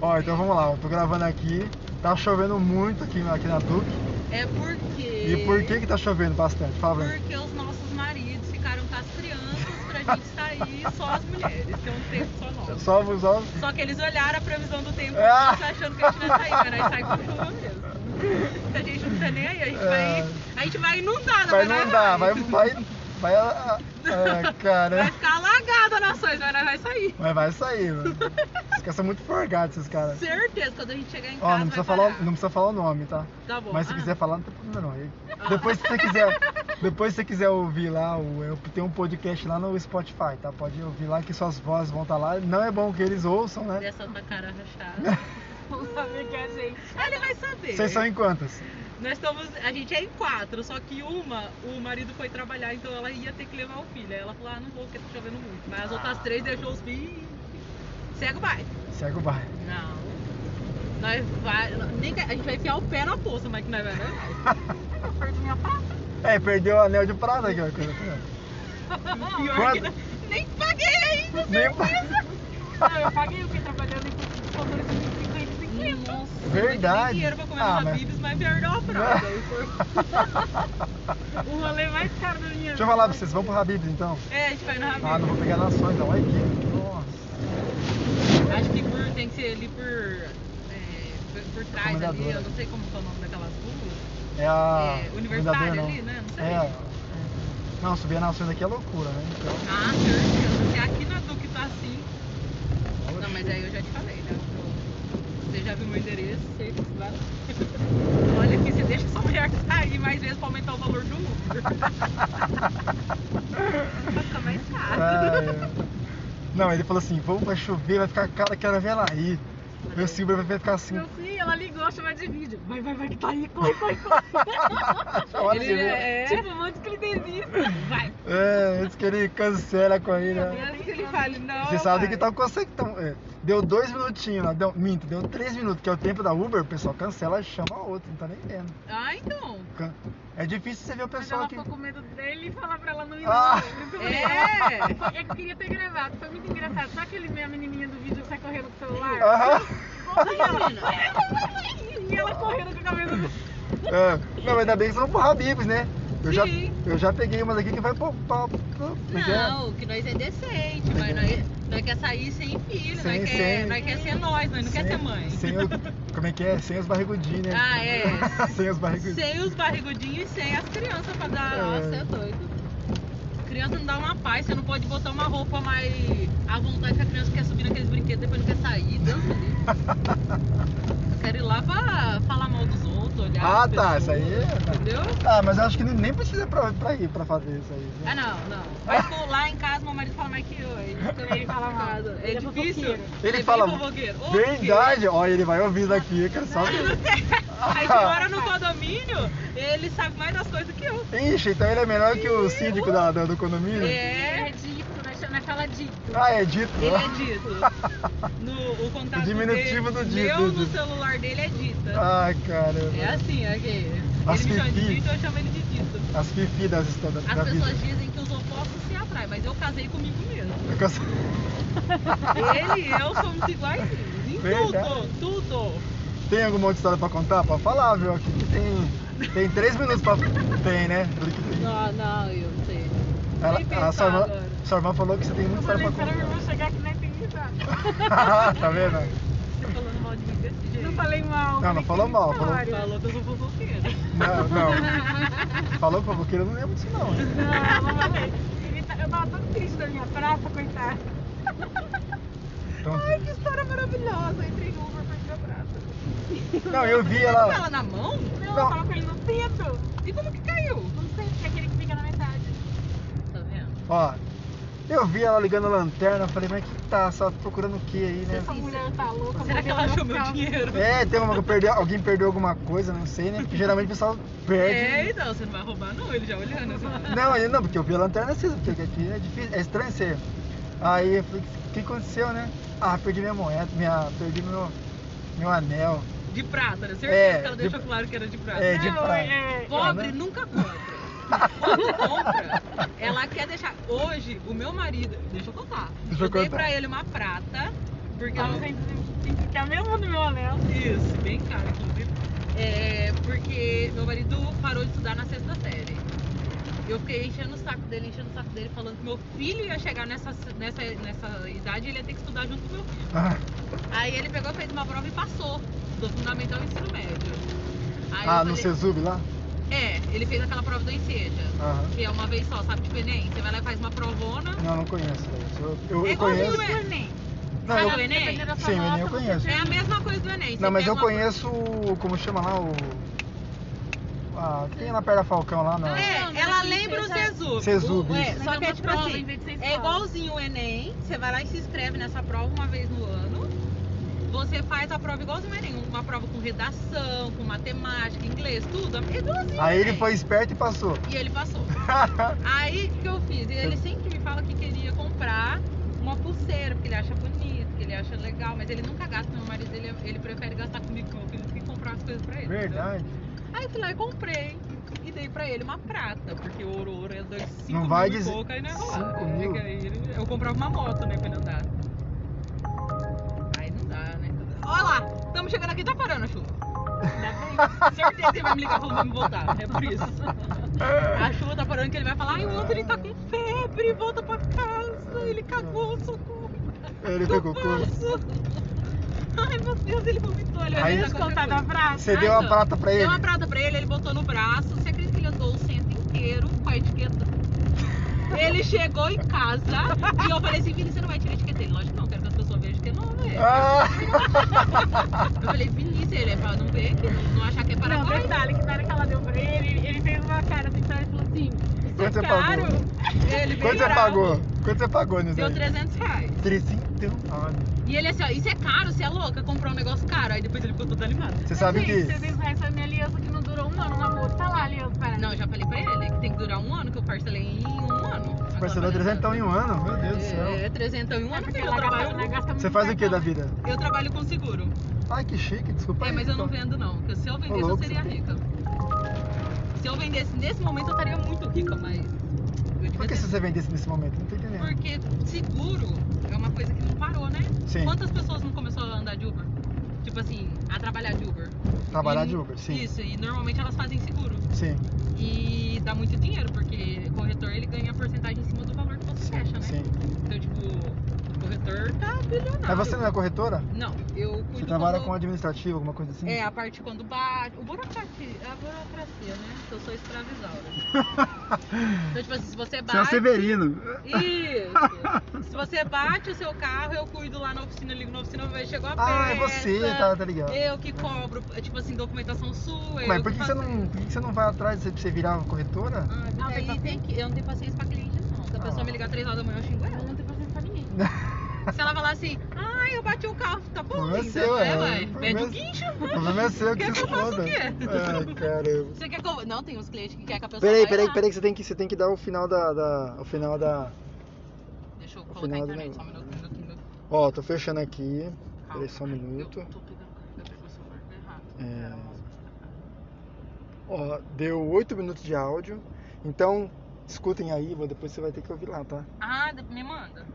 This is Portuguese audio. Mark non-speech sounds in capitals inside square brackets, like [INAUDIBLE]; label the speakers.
Speaker 1: Ó, então vamos lá, eu tô gravando aqui, tá chovendo muito aqui, aqui na Duque.
Speaker 2: É porque.
Speaker 1: E por que que tá chovendo bastante? Fala pra mim.
Speaker 2: Porque os nossos maridos ficaram com as crianças pra gente sair só as mulheres. Tem um tempo só nós.
Speaker 1: Só os homens.
Speaker 2: Só que eles olharam a previsão do tempo
Speaker 1: Ah!
Speaker 2: eles achando que a gente vai sair, mas nós saímos com chuva
Speaker 1: [LAUGHS]
Speaker 2: mesmo. Então a gente não tá nem aí, a gente
Speaker 1: É.
Speaker 2: vai. A gente vai inundar,
Speaker 1: Vai
Speaker 2: mas nós
Speaker 1: não dá, vai. Vai. vai ah, ah, cara.
Speaker 2: Vai ficar alagada nações, mas nós vai sair.
Speaker 1: Mas vai sair, mano. Os caras são muito forgados, esses caras.
Speaker 2: Certeza, quando a gente chegar em casa.
Speaker 1: Ó, não precisa,
Speaker 2: vai
Speaker 1: falar,
Speaker 2: parar.
Speaker 1: não precisa falar o nome, tá?
Speaker 2: Tá bom.
Speaker 1: Mas se
Speaker 2: Ah.
Speaker 1: quiser falar, não tem problema não. Aí- Depois se você quiser, depois se você quiser ouvir lá, o- eu tenho um podcast lá no Spotify, tá? Pode ouvir lá que suas vozes vão estar lá. Não é bom que eles ouçam, né?
Speaker 2: Dessa outra cara
Speaker 1: [LAUGHS]
Speaker 2: rachada. Vamos saber que a gente. Ele vai saber.
Speaker 1: Vocês são em quantas?
Speaker 2: Nós estamos. A gente é em quatro, só que uma, o marido foi trabalhar, então ela ia ter que levar o filho. Aí ela falou, ah, não vou, porque tá chovendo muito. Mas as
Speaker 1: Ah.
Speaker 2: outras três deixou os filhos. Cego vai.
Speaker 1: Segue o bairro.
Speaker 2: Não. Nós vai. nem que- a gente vai enfiar o pé na poça, mas que nós vai, nós vai. Perdi minha [LAUGHS] prata.
Speaker 1: É, perdeu o anel de prata aqui, ó. coisa feia.
Speaker 2: Pior é
Speaker 1: Quanto?
Speaker 2: que não- Nem paguei ainda,
Speaker 1: Nem pa-
Speaker 2: certeza. é Não, eu paguei, eu fiquei trabalhando em valores de 50 e 50. Nossa,
Speaker 1: Verdade.
Speaker 2: dinheiro pra comer
Speaker 1: Ah,
Speaker 2: ah,
Speaker 1: mas-
Speaker 2: mas... mas perdeu a fralda. Aí foi
Speaker 1: [LAUGHS]
Speaker 2: o rolê mais caro da minha
Speaker 1: Deixa eu falar pra vocês, vamos pro Habibs então?
Speaker 2: É, a gente vai no Rabir.
Speaker 1: Ah, não vou pegar nações não, olha aqui. Nossa.
Speaker 2: Acho que por- tem que ser ali por, é, por- por trás ali,
Speaker 1: Comendadora.
Speaker 2: eu não sei como que é o nome daquelas ruas.
Speaker 1: É a.
Speaker 2: É, universitária
Speaker 1: não.
Speaker 2: ali, né? Não sei.
Speaker 1: É. Não, subir nações aqui é loucura, né? Então,
Speaker 2: Ah, certeza. Se aqui na Duque tá assim.
Speaker 1: olha
Speaker 2: Não,
Speaker 1: o
Speaker 2: mas
Speaker 1: cheiro.
Speaker 2: aí eu já te falei, né? Você já viu meu endereço, sei que você vai.
Speaker 1: [LAUGHS]
Speaker 2: Olha aqui, você deixa sua mulher sair mais vezes pra aumentar o valor do Uber.
Speaker 1: [LAUGHS]
Speaker 2: Vai ficar mais
Speaker 1: Ah,
Speaker 2: caro.
Speaker 1: é. Não, ele falou assim, vamos, vai chover, vai ficar caro aquela vela aí. Meu Silver vai ficar assim.
Speaker 2: Meu filho, ela ligou, chamar de vídeo. Vai, vai, vai, que tá aí, corre, corre, corre.
Speaker 1: Chamada de
Speaker 2: Ele,
Speaker 1: vídeo.
Speaker 2: é, tipo, antes que ele desista. Vai.
Speaker 1: É, antes que ele cancela com ele, né?
Speaker 2: Antes que ele fale, não.
Speaker 1: Você sabe que
Speaker 2: vai.
Speaker 1: tá o conceitão. É. Deu dois minutinhos lá, deu, minto, deu três minutos, que é o tempo da Uber, o pessoal cancela e chama outro, não tá nem vendo.
Speaker 3: Ah, então.
Speaker 1: Can- É difícil você ver o
Speaker 3: Mas
Speaker 1: pessoal
Speaker 3: ela
Speaker 1: aqui.
Speaker 3: ficou com medo dele e falar pra ela não ir
Speaker 1: Ah!
Speaker 3: não. Ele
Speaker 1: [LAUGHS]
Speaker 3: falou,
Speaker 2: É.
Speaker 3: "Foi- Eu queria ter gravado, foi muito engraçado. Sabe aquele meio a menininha do vídeo que sai correndo com o celular?
Speaker 1: Aham. [LAUGHS] assim?
Speaker 3: E ela correndo com a cabeça do...
Speaker 1: É. [LAUGHS] Não, ainda bem que são pro Habibs, né? Eu já,
Speaker 3: Sim.
Speaker 1: eu já peguei umas aqui que vai pro. pra- pra- como é que é?
Speaker 2: Não, que nós é decente, mas nós, nós quer sair sem filho,
Speaker 1: Sem-
Speaker 2: nós,
Speaker 1: sem-
Speaker 2: quer, nós quer ser nós, nós não quer ser mãe.
Speaker 1: Sem o- como é que é? Sem os barrigudinhos, né?
Speaker 2: Ah, é.
Speaker 1: [LAUGHS] sem os barrigudinhos.
Speaker 2: Sem os barrigudinhos e sem as crianças pra dar.
Speaker 1: É.
Speaker 2: Nossa, é doido. Criança não dá uma paz, você não pode botar uma roupa mais à vontade que a criança quer subir naqueles brinquedos depois não quer sair. Deus me livre. Eu quero ir lá pra falar mal dos outros, olhar.
Speaker 1: [LAUGHS] Ah,
Speaker 2: as
Speaker 1: tá, isso
Speaker 2: pessoas,
Speaker 1: aí é-
Speaker 2: Entendeu?
Speaker 1: Ah, mas eu acho que nem- nem precisa pra, pra ir pra fazer isso aí. né?
Speaker 2: Ah, não, não. Mas pô, lá em casa, meu marido fala mais que eu. Ele fala mais. É,
Speaker 3: Ele é
Speaker 2: difícil.
Speaker 3: fofoqueiro.
Speaker 2: É
Speaker 1: Ele
Speaker 2: bem
Speaker 1: fala.
Speaker 2: fofoqueiro. Ô,
Speaker 1: Verdade! Ó, ele vai ouvindo aqui, cara.
Speaker 2: [LAUGHS]
Speaker 1: Só que...
Speaker 2: A
Speaker 1: [LAUGHS]
Speaker 2: gente mora no condomínio, ele sabe mais das coisas que eu.
Speaker 1: Ixi, então ele é melhor que o síndico da, da- do condomínio?
Speaker 2: É,
Speaker 3: É dito, nós chama- nós fala dito.
Speaker 1: Ah, é dito.
Speaker 2: ele é dito. No, o contato
Speaker 1: O diminutivo
Speaker 2: dele,
Speaker 1: do dito,
Speaker 2: Meu
Speaker 1: do-
Speaker 2: no celular dele é dita.
Speaker 1: [LAUGHS] Ai, caramba.
Speaker 2: É assim, é que
Speaker 1: As
Speaker 2: ele me chama de
Speaker 1: fifi.
Speaker 2: dito, eu chamo ele de dito.
Speaker 1: As fifi das histórias da
Speaker 2: As
Speaker 1: vida.
Speaker 2: pessoas dizem que os opostos se atraem, mas eu casei comigo mesmo.
Speaker 1: Eu canso-
Speaker 2: Ele e eu somos iguais em
Speaker 1: Verdade.
Speaker 2: tudo, tudo.
Speaker 1: Tem alguma outra história pra contar? Pra falar, viu? Aqui tem, tem três minutos pra. Tem, né? Tudo que tem.
Speaker 2: Não, não, eu não sei.
Speaker 1: Ela-
Speaker 2: nem
Speaker 1: a sua,
Speaker 2: pensar
Speaker 1: irmã,
Speaker 2: agora.
Speaker 1: sua irmã falou que você tem muita
Speaker 3: Eu falei
Speaker 1: história
Speaker 3: para
Speaker 1: pra
Speaker 3: meu
Speaker 1: contar.
Speaker 3: irmão chegar que nem tem
Speaker 1: [LAUGHS]
Speaker 3: risada.
Speaker 1: tá vendo?
Speaker 2: Você falando mal de mim desse jeito.
Speaker 3: Não falei mal.
Speaker 1: Não, não
Speaker 3: falei que
Speaker 1: falou
Speaker 3: tem
Speaker 1: mal, falou-
Speaker 3: história.
Speaker 2: Falou que eu sou fofoqueira.
Speaker 1: Não, não. Falou com a boqueira, eu não lembro disso, não. né?
Speaker 3: Não, não falei. Ele tá- Eu tava tão triste da minha prata, coitada.
Speaker 1: Então,
Speaker 3: Ai, que história maravilhosa. Entrei no Uber, perdi a prata.
Speaker 1: não, eu vi
Speaker 2: Você tá com
Speaker 1: ela.
Speaker 2: ela na mão?
Speaker 3: Não,
Speaker 1: Não.
Speaker 3: eu tava com ele no dedo.
Speaker 2: E como que caiu?
Speaker 3: Não sei, porque é aquele que fica na metade.
Speaker 2: Tá vendo?
Speaker 1: Ó, eu vi ela ligando a lanterna, eu falei, mas que tá? Só procurando o que aí, né?
Speaker 3: Essa mulher tá louca.
Speaker 2: Será que ela achou meu dinheiro?
Speaker 1: É, tem uma, perdeu, alguém perdeu alguma coisa, não sei, né? Porque geralmente o pessoal
Speaker 2: É,
Speaker 1: perde.
Speaker 2: então, você não vai roubar não, ele já olhando assim.
Speaker 1: Não, eu não, porque eu vi a lanterna acesa, porque aqui é difícil, é estranho ser. Aí eu falei, o que aconteceu, né? Ah, perdi minha moeda, minha, perdi meu, meu anel.
Speaker 2: De prata, né? Certeza
Speaker 1: É,
Speaker 2: que ela
Speaker 1: de-
Speaker 2: deixou claro que era de prata. Né?
Speaker 1: É, de
Speaker 3: Não,
Speaker 1: prata.
Speaker 3: é-
Speaker 2: Pobre
Speaker 1: Ah, né?
Speaker 2: nunca compra. Quando compra, ela quer deixar. Hoje, o meu marido. Deixa eu contar.
Speaker 1: Deixa eu
Speaker 2: dei
Speaker 1: contar.
Speaker 2: pra ele uma prata, porque
Speaker 3: Ela
Speaker 2: eu-
Speaker 3: tem que ficar mesmo
Speaker 2: Isso, bem caro, inclusive. É, porque meu marido parou de estudar na sexta série. Eu fiquei enchendo o saco dele, enchendo o saco dele, falando que meu filho ia chegar nessa, nessa, nessa idade e ele ia ter que estudar junto com meu filho.
Speaker 1: [LAUGHS] Ah,
Speaker 2: Aí ele pegou, fez uma prova e passou, do fundamental ao ensino médio. Aí
Speaker 1: ah
Speaker 2: eu falei-
Speaker 1: no Sesub lá?
Speaker 2: É, ele fez aquela prova do Enseja,
Speaker 1: Aham.
Speaker 2: que é uma vez só, sabe, tipo Enem? Você vai lá e faz uma provona.
Speaker 1: Não, não conheço. Eu, eu,
Speaker 2: É
Speaker 1: eu
Speaker 2: igualzinho,
Speaker 1: conheço.
Speaker 2: né?
Speaker 1: Não,
Speaker 2: Vai
Speaker 1: eu-
Speaker 2: lá ver. Enem?
Speaker 3: Dependendo da sua
Speaker 1: Sim, o Enem eu
Speaker 3: nota, você
Speaker 1: conheço.
Speaker 2: É a
Speaker 3: pega-
Speaker 2: mesma coisa do Enem. você
Speaker 1: não, mas
Speaker 2: pega
Speaker 1: eu
Speaker 2: uma-
Speaker 1: conheço. o- Como chama lá o. Ah, que tem na perna Falcão lá, não.
Speaker 2: É,
Speaker 3: Não, não é
Speaker 2: ela
Speaker 3: que
Speaker 2: lembra o
Speaker 3: seja-
Speaker 2: Cezubi.
Speaker 1: Cezubi.
Speaker 2: O- É,
Speaker 3: Mas
Speaker 2: só
Speaker 3: é
Speaker 2: que é
Speaker 3: uma
Speaker 2: tipo
Speaker 3: prova,
Speaker 2: assim,
Speaker 3: em vez de ser
Speaker 2: é
Speaker 3: escola.
Speaker 2: igualzinho o Enem, você vai lá e se inscreve nessa prova uma vez no ano. Você faz a prova igualzinho o Enem, uma prova com redação, com matemática, inglês, tudo, é igualzinho. o
Speaker 1: Aí ele
Speaker 2: Enem.
Speaker 1: foi esperto e passou. [LAUGHS]
Speaker 2: E ele passou. Aí o que que eu fiz? Ele sempre me fala que queria comprar uma pulseira, porque ele acha bonito, que ele acha legal, mas ele nunca gasta, meu marido ele, ele prefere gastar comigo que meu filho do que comprar as coisas pra ele. entendeu?
Speaker 1: Verdade.
Speaker 2: Aí fui lá e comprei. E dei pra ele uma prata, porque ouro, ouro é dois, cinco
Speaker 1: Não vai
Speaker 2: mil
Speaker 1: dizer-
Speaker 2: e pouco, aí não é
Speaker 1: cinco
Speaker 2: roubado.
Speaker 1: mil?
Speaker 2: Aí ele- Eu comprava uma moto, né, pra ele andar. Aí não dá, né? Olha lá, estamos chegando aqui, tá parando a chuva. Dá pra- Certeza que ele vai me ligar falando pra me voltar, é por isso. A chuva tá parando que ele vai falar, ai, o Anthony tá com febre, volta pra casa, ele cagou, socorro.
Speaker 1: [LAUGHS] Ele
Speaker 2: tô
Speaker 1: pegou couro.
Speaker 2: preso." Ai, meu Deus, ele vomitou, olha,
Speaker 1: Aí-
Speaker 2: ele
Speaker 3: Deixa
Speaker 2: tá
Speaker 3: eu
Speaker 2: com
Speaker 3: contar
Speaker 2: febre.
Speaker 3: da frase. né?
Speaker 1: Você deu uma
Speaker 2: não.
Speaker 1: prata pra
Speaker 2: Deu
Speaker 1: ele?
Speaker 2: uma prata pra ele, ele botou no braço. Você acredita que ele andou o centro inteiro com a
Speaker 1: [LAUGHS]
Speaker 2: etiqueta? Ele chegou em casa e eu falei assim, filho, você não vai tirar a etiqueta dele? Lógico que não, quero que as pessoas vejam que não,
Speaker 1: [LAUGHS]
Speaker 2: velho.
Speaker 1: Ah!
Speaker 2: Eu falei, Vinícius, ele é pra não ver, que não, não achar que é para
Speaker 3: Não, detalhe, que na hora que ela deu pra ele, ele fez uma cara assim pra ela e falou assim: Isso é
Speaker 1: Quanto você
Speaker 3: caro?
Speaker 1: pagou?
Speaker 2: Ele veio
Speaker 1: Quanto você
Speaker 2: bravo.
Speaker 1: pagou? Quanto você pagou nisso
Speaker 2: Deu
Speaker 1: aí?
Speaker 2: 300 reais.
Speaker 1: Tricintão. Olha.
Speaker 2: E ele assim, ó, isso é caro, você é louca, comprou um negócio caro. Aí depois ele ficou todo animado.
Speaker 1: Você sabe
Speaker 3: Gente,
Speaker 1: que...
Speaker 3: Você fez essa minha aliança que não durou um ano, meu amor. Tá lá a aliança, para.
Speaker 2: Ah, Não, um eu já falei pra ele que tem que durar um ano, que eu parcelei em um ano. Agora
Speaker 1: Parcelou
Speaker 2: vai
Speaker 1: 300
Speaker 2: lançar.
Speaker 1: em um ano? Meu Deus do
Speaker 2: É,
Speaker 1: céu.
Speaker 2: 300 em um
Speaker 3: É
Speaker 2: ano,
Speaker 3: porque
Speaker 2: filho, eu
Speaker 3: ela gasta, ela
Speaker 2: trabalho,
Speaker 3: gasta
Speaker 1: Você
Speaker 3: muito
Speaker 1: faz o que da
Speaker 3: cartão, né?
Speaker 1: vida?
Speaker 2: eu trabalho com seguro.
Speaker 1: Ai, que chique, desculpa
Speaker 2: É,
Speaker 1: aí. Então,
Speaker 2: mas eu não vendo não, porque se eu
Speaker 1: Ô,
Speaker 2: vendesse eu
Speaker 1: louco,
Speaker 2: seria
Speaker 1: você tem-
Speaker 2: rica. Se eu vendesse nesse momento eu estaria muito rica, mas. eu devia
Speaker 1: Por que
Speaker 2: ter-
Speaker 1: se você tá vendesse nesse momento? Não tô entendendo.
Speaker 2: Porque seguro é uma coisa que não parou, né?
Speaker 1: Sim.
Speaker 2: Quantas pessoas não começou a andar de Uber? Tipo assim, a trabalhar de Uber.
Speaker 1: Trabalhar
Speaker 2: E-
Speaker 1: de Uber, sim.
Speaker 2: Isso, e normalmente elas fazem seguro.
Speaker 1: Sim,
Speaker 2: E dá muito dinheiro, porque o corretor ele ganha a porcentagem em cima do valor que você fecha, né?
Speaker 1: sim.
Speaker 2: Então, tipo, o corretor tá bilionário.
Speaker 1: Mas você não é corretora?
Speaker 2: Não, eu cuido
Speaker 1: Você trabalha
Speaker 2: quando-
Speaker 1: com administrativo, alguma coisa assim? [LAUGHS]
Speaker 2: É, a parte quando bate. O burocracia, a burocracia, né? Que eu sou escravizaura. Então, tipo assim, se você
Speaker 1: Você é o
Speaker 2: bate.
Speaker 1: Severino. [LAUGHS]
Speaker 2: Isso! Se você bate o seu carro, eu cuido lá na oficina, ligo na oficina, vejo, chegou a peça.
Speaker 1: Ah, é você, tá, tá ligado.
Speaker 2: Eu que cobro, é, tipo assim, documentação sua.
Speaker 1: Mas
Speaker 2: eu
Speaker 1: por que,
Speaker 2: que
Speaker 1: que você
Speaker 2: faço-
Speaker 1: não, por que que você não vai atrás de você virar corretora? [LAUGHS]
Speaker 2: Ah,
Speaker 3: Não, tem
Speaker 2: daí
Speaker 3: paciência.
Speaker 2: tem que... Eu não tenho paciência pra cliente, não. Se a pessoa
Speaker 1: Ah.
Speaker 2: me ligar 3 horas da manhã, eu xingo
Speaker 3: Eu
Speaker 2: ela.
Speaker 3: não tenho paciência pra ninguém.
Speaker 2: Se ela falar assim, ai, eu bati o carro, tá bom,
Speaker 1: Problema
Speaker 2: linda,
Speaker 1: seu, é,
Speaker 2: né, vai? Pede
Speaker 1: problema
Speaker 2: o
Speaker 1: seu.
Speaker 2: guincho.
Speaker 1: O problema é seu, que
Speaker 2: Quer
Speaker 1: você
Speaker 2: que eu faça o
Speaker 1: foda.
Speaker 2: quê?
Speaker 1: Ai, caramba.
Speaker 2: Você quer que eu... Não, tem uns clientes que quer que a pessoa
Speaker 1: Peraí,
Speaker 2: vai
Speaker 1: peraí,
Speaker 2: lá.
Speaker 1: peraí, que você tem que, você tem que dar o final da, da- O final da.
Speaker 2: Deixa eu
Speaker 1: Final
Speaker 2: colocar a
Speaker 1: do
Speaker 2: internet, só um minuto, um
Speaker 1: negócio.
Speaker 2: minuto, um minuto.
Speaker 1: Ó, tô fechando aqui.
Speaker 2: Calma.
Speaker 1: Peraí só um minuto.
Speaker 2: Eu tô pegando carga, pegou o celular tá errado.
Speaker 1: É.
Speaker 2: Era uma-
Speaker 1: Ó, deu 8 minutos de áudio. Então, escutem aí, vou- depois você vai ter que ouvir lá, tá?
Speaker 2: Ah, me manda.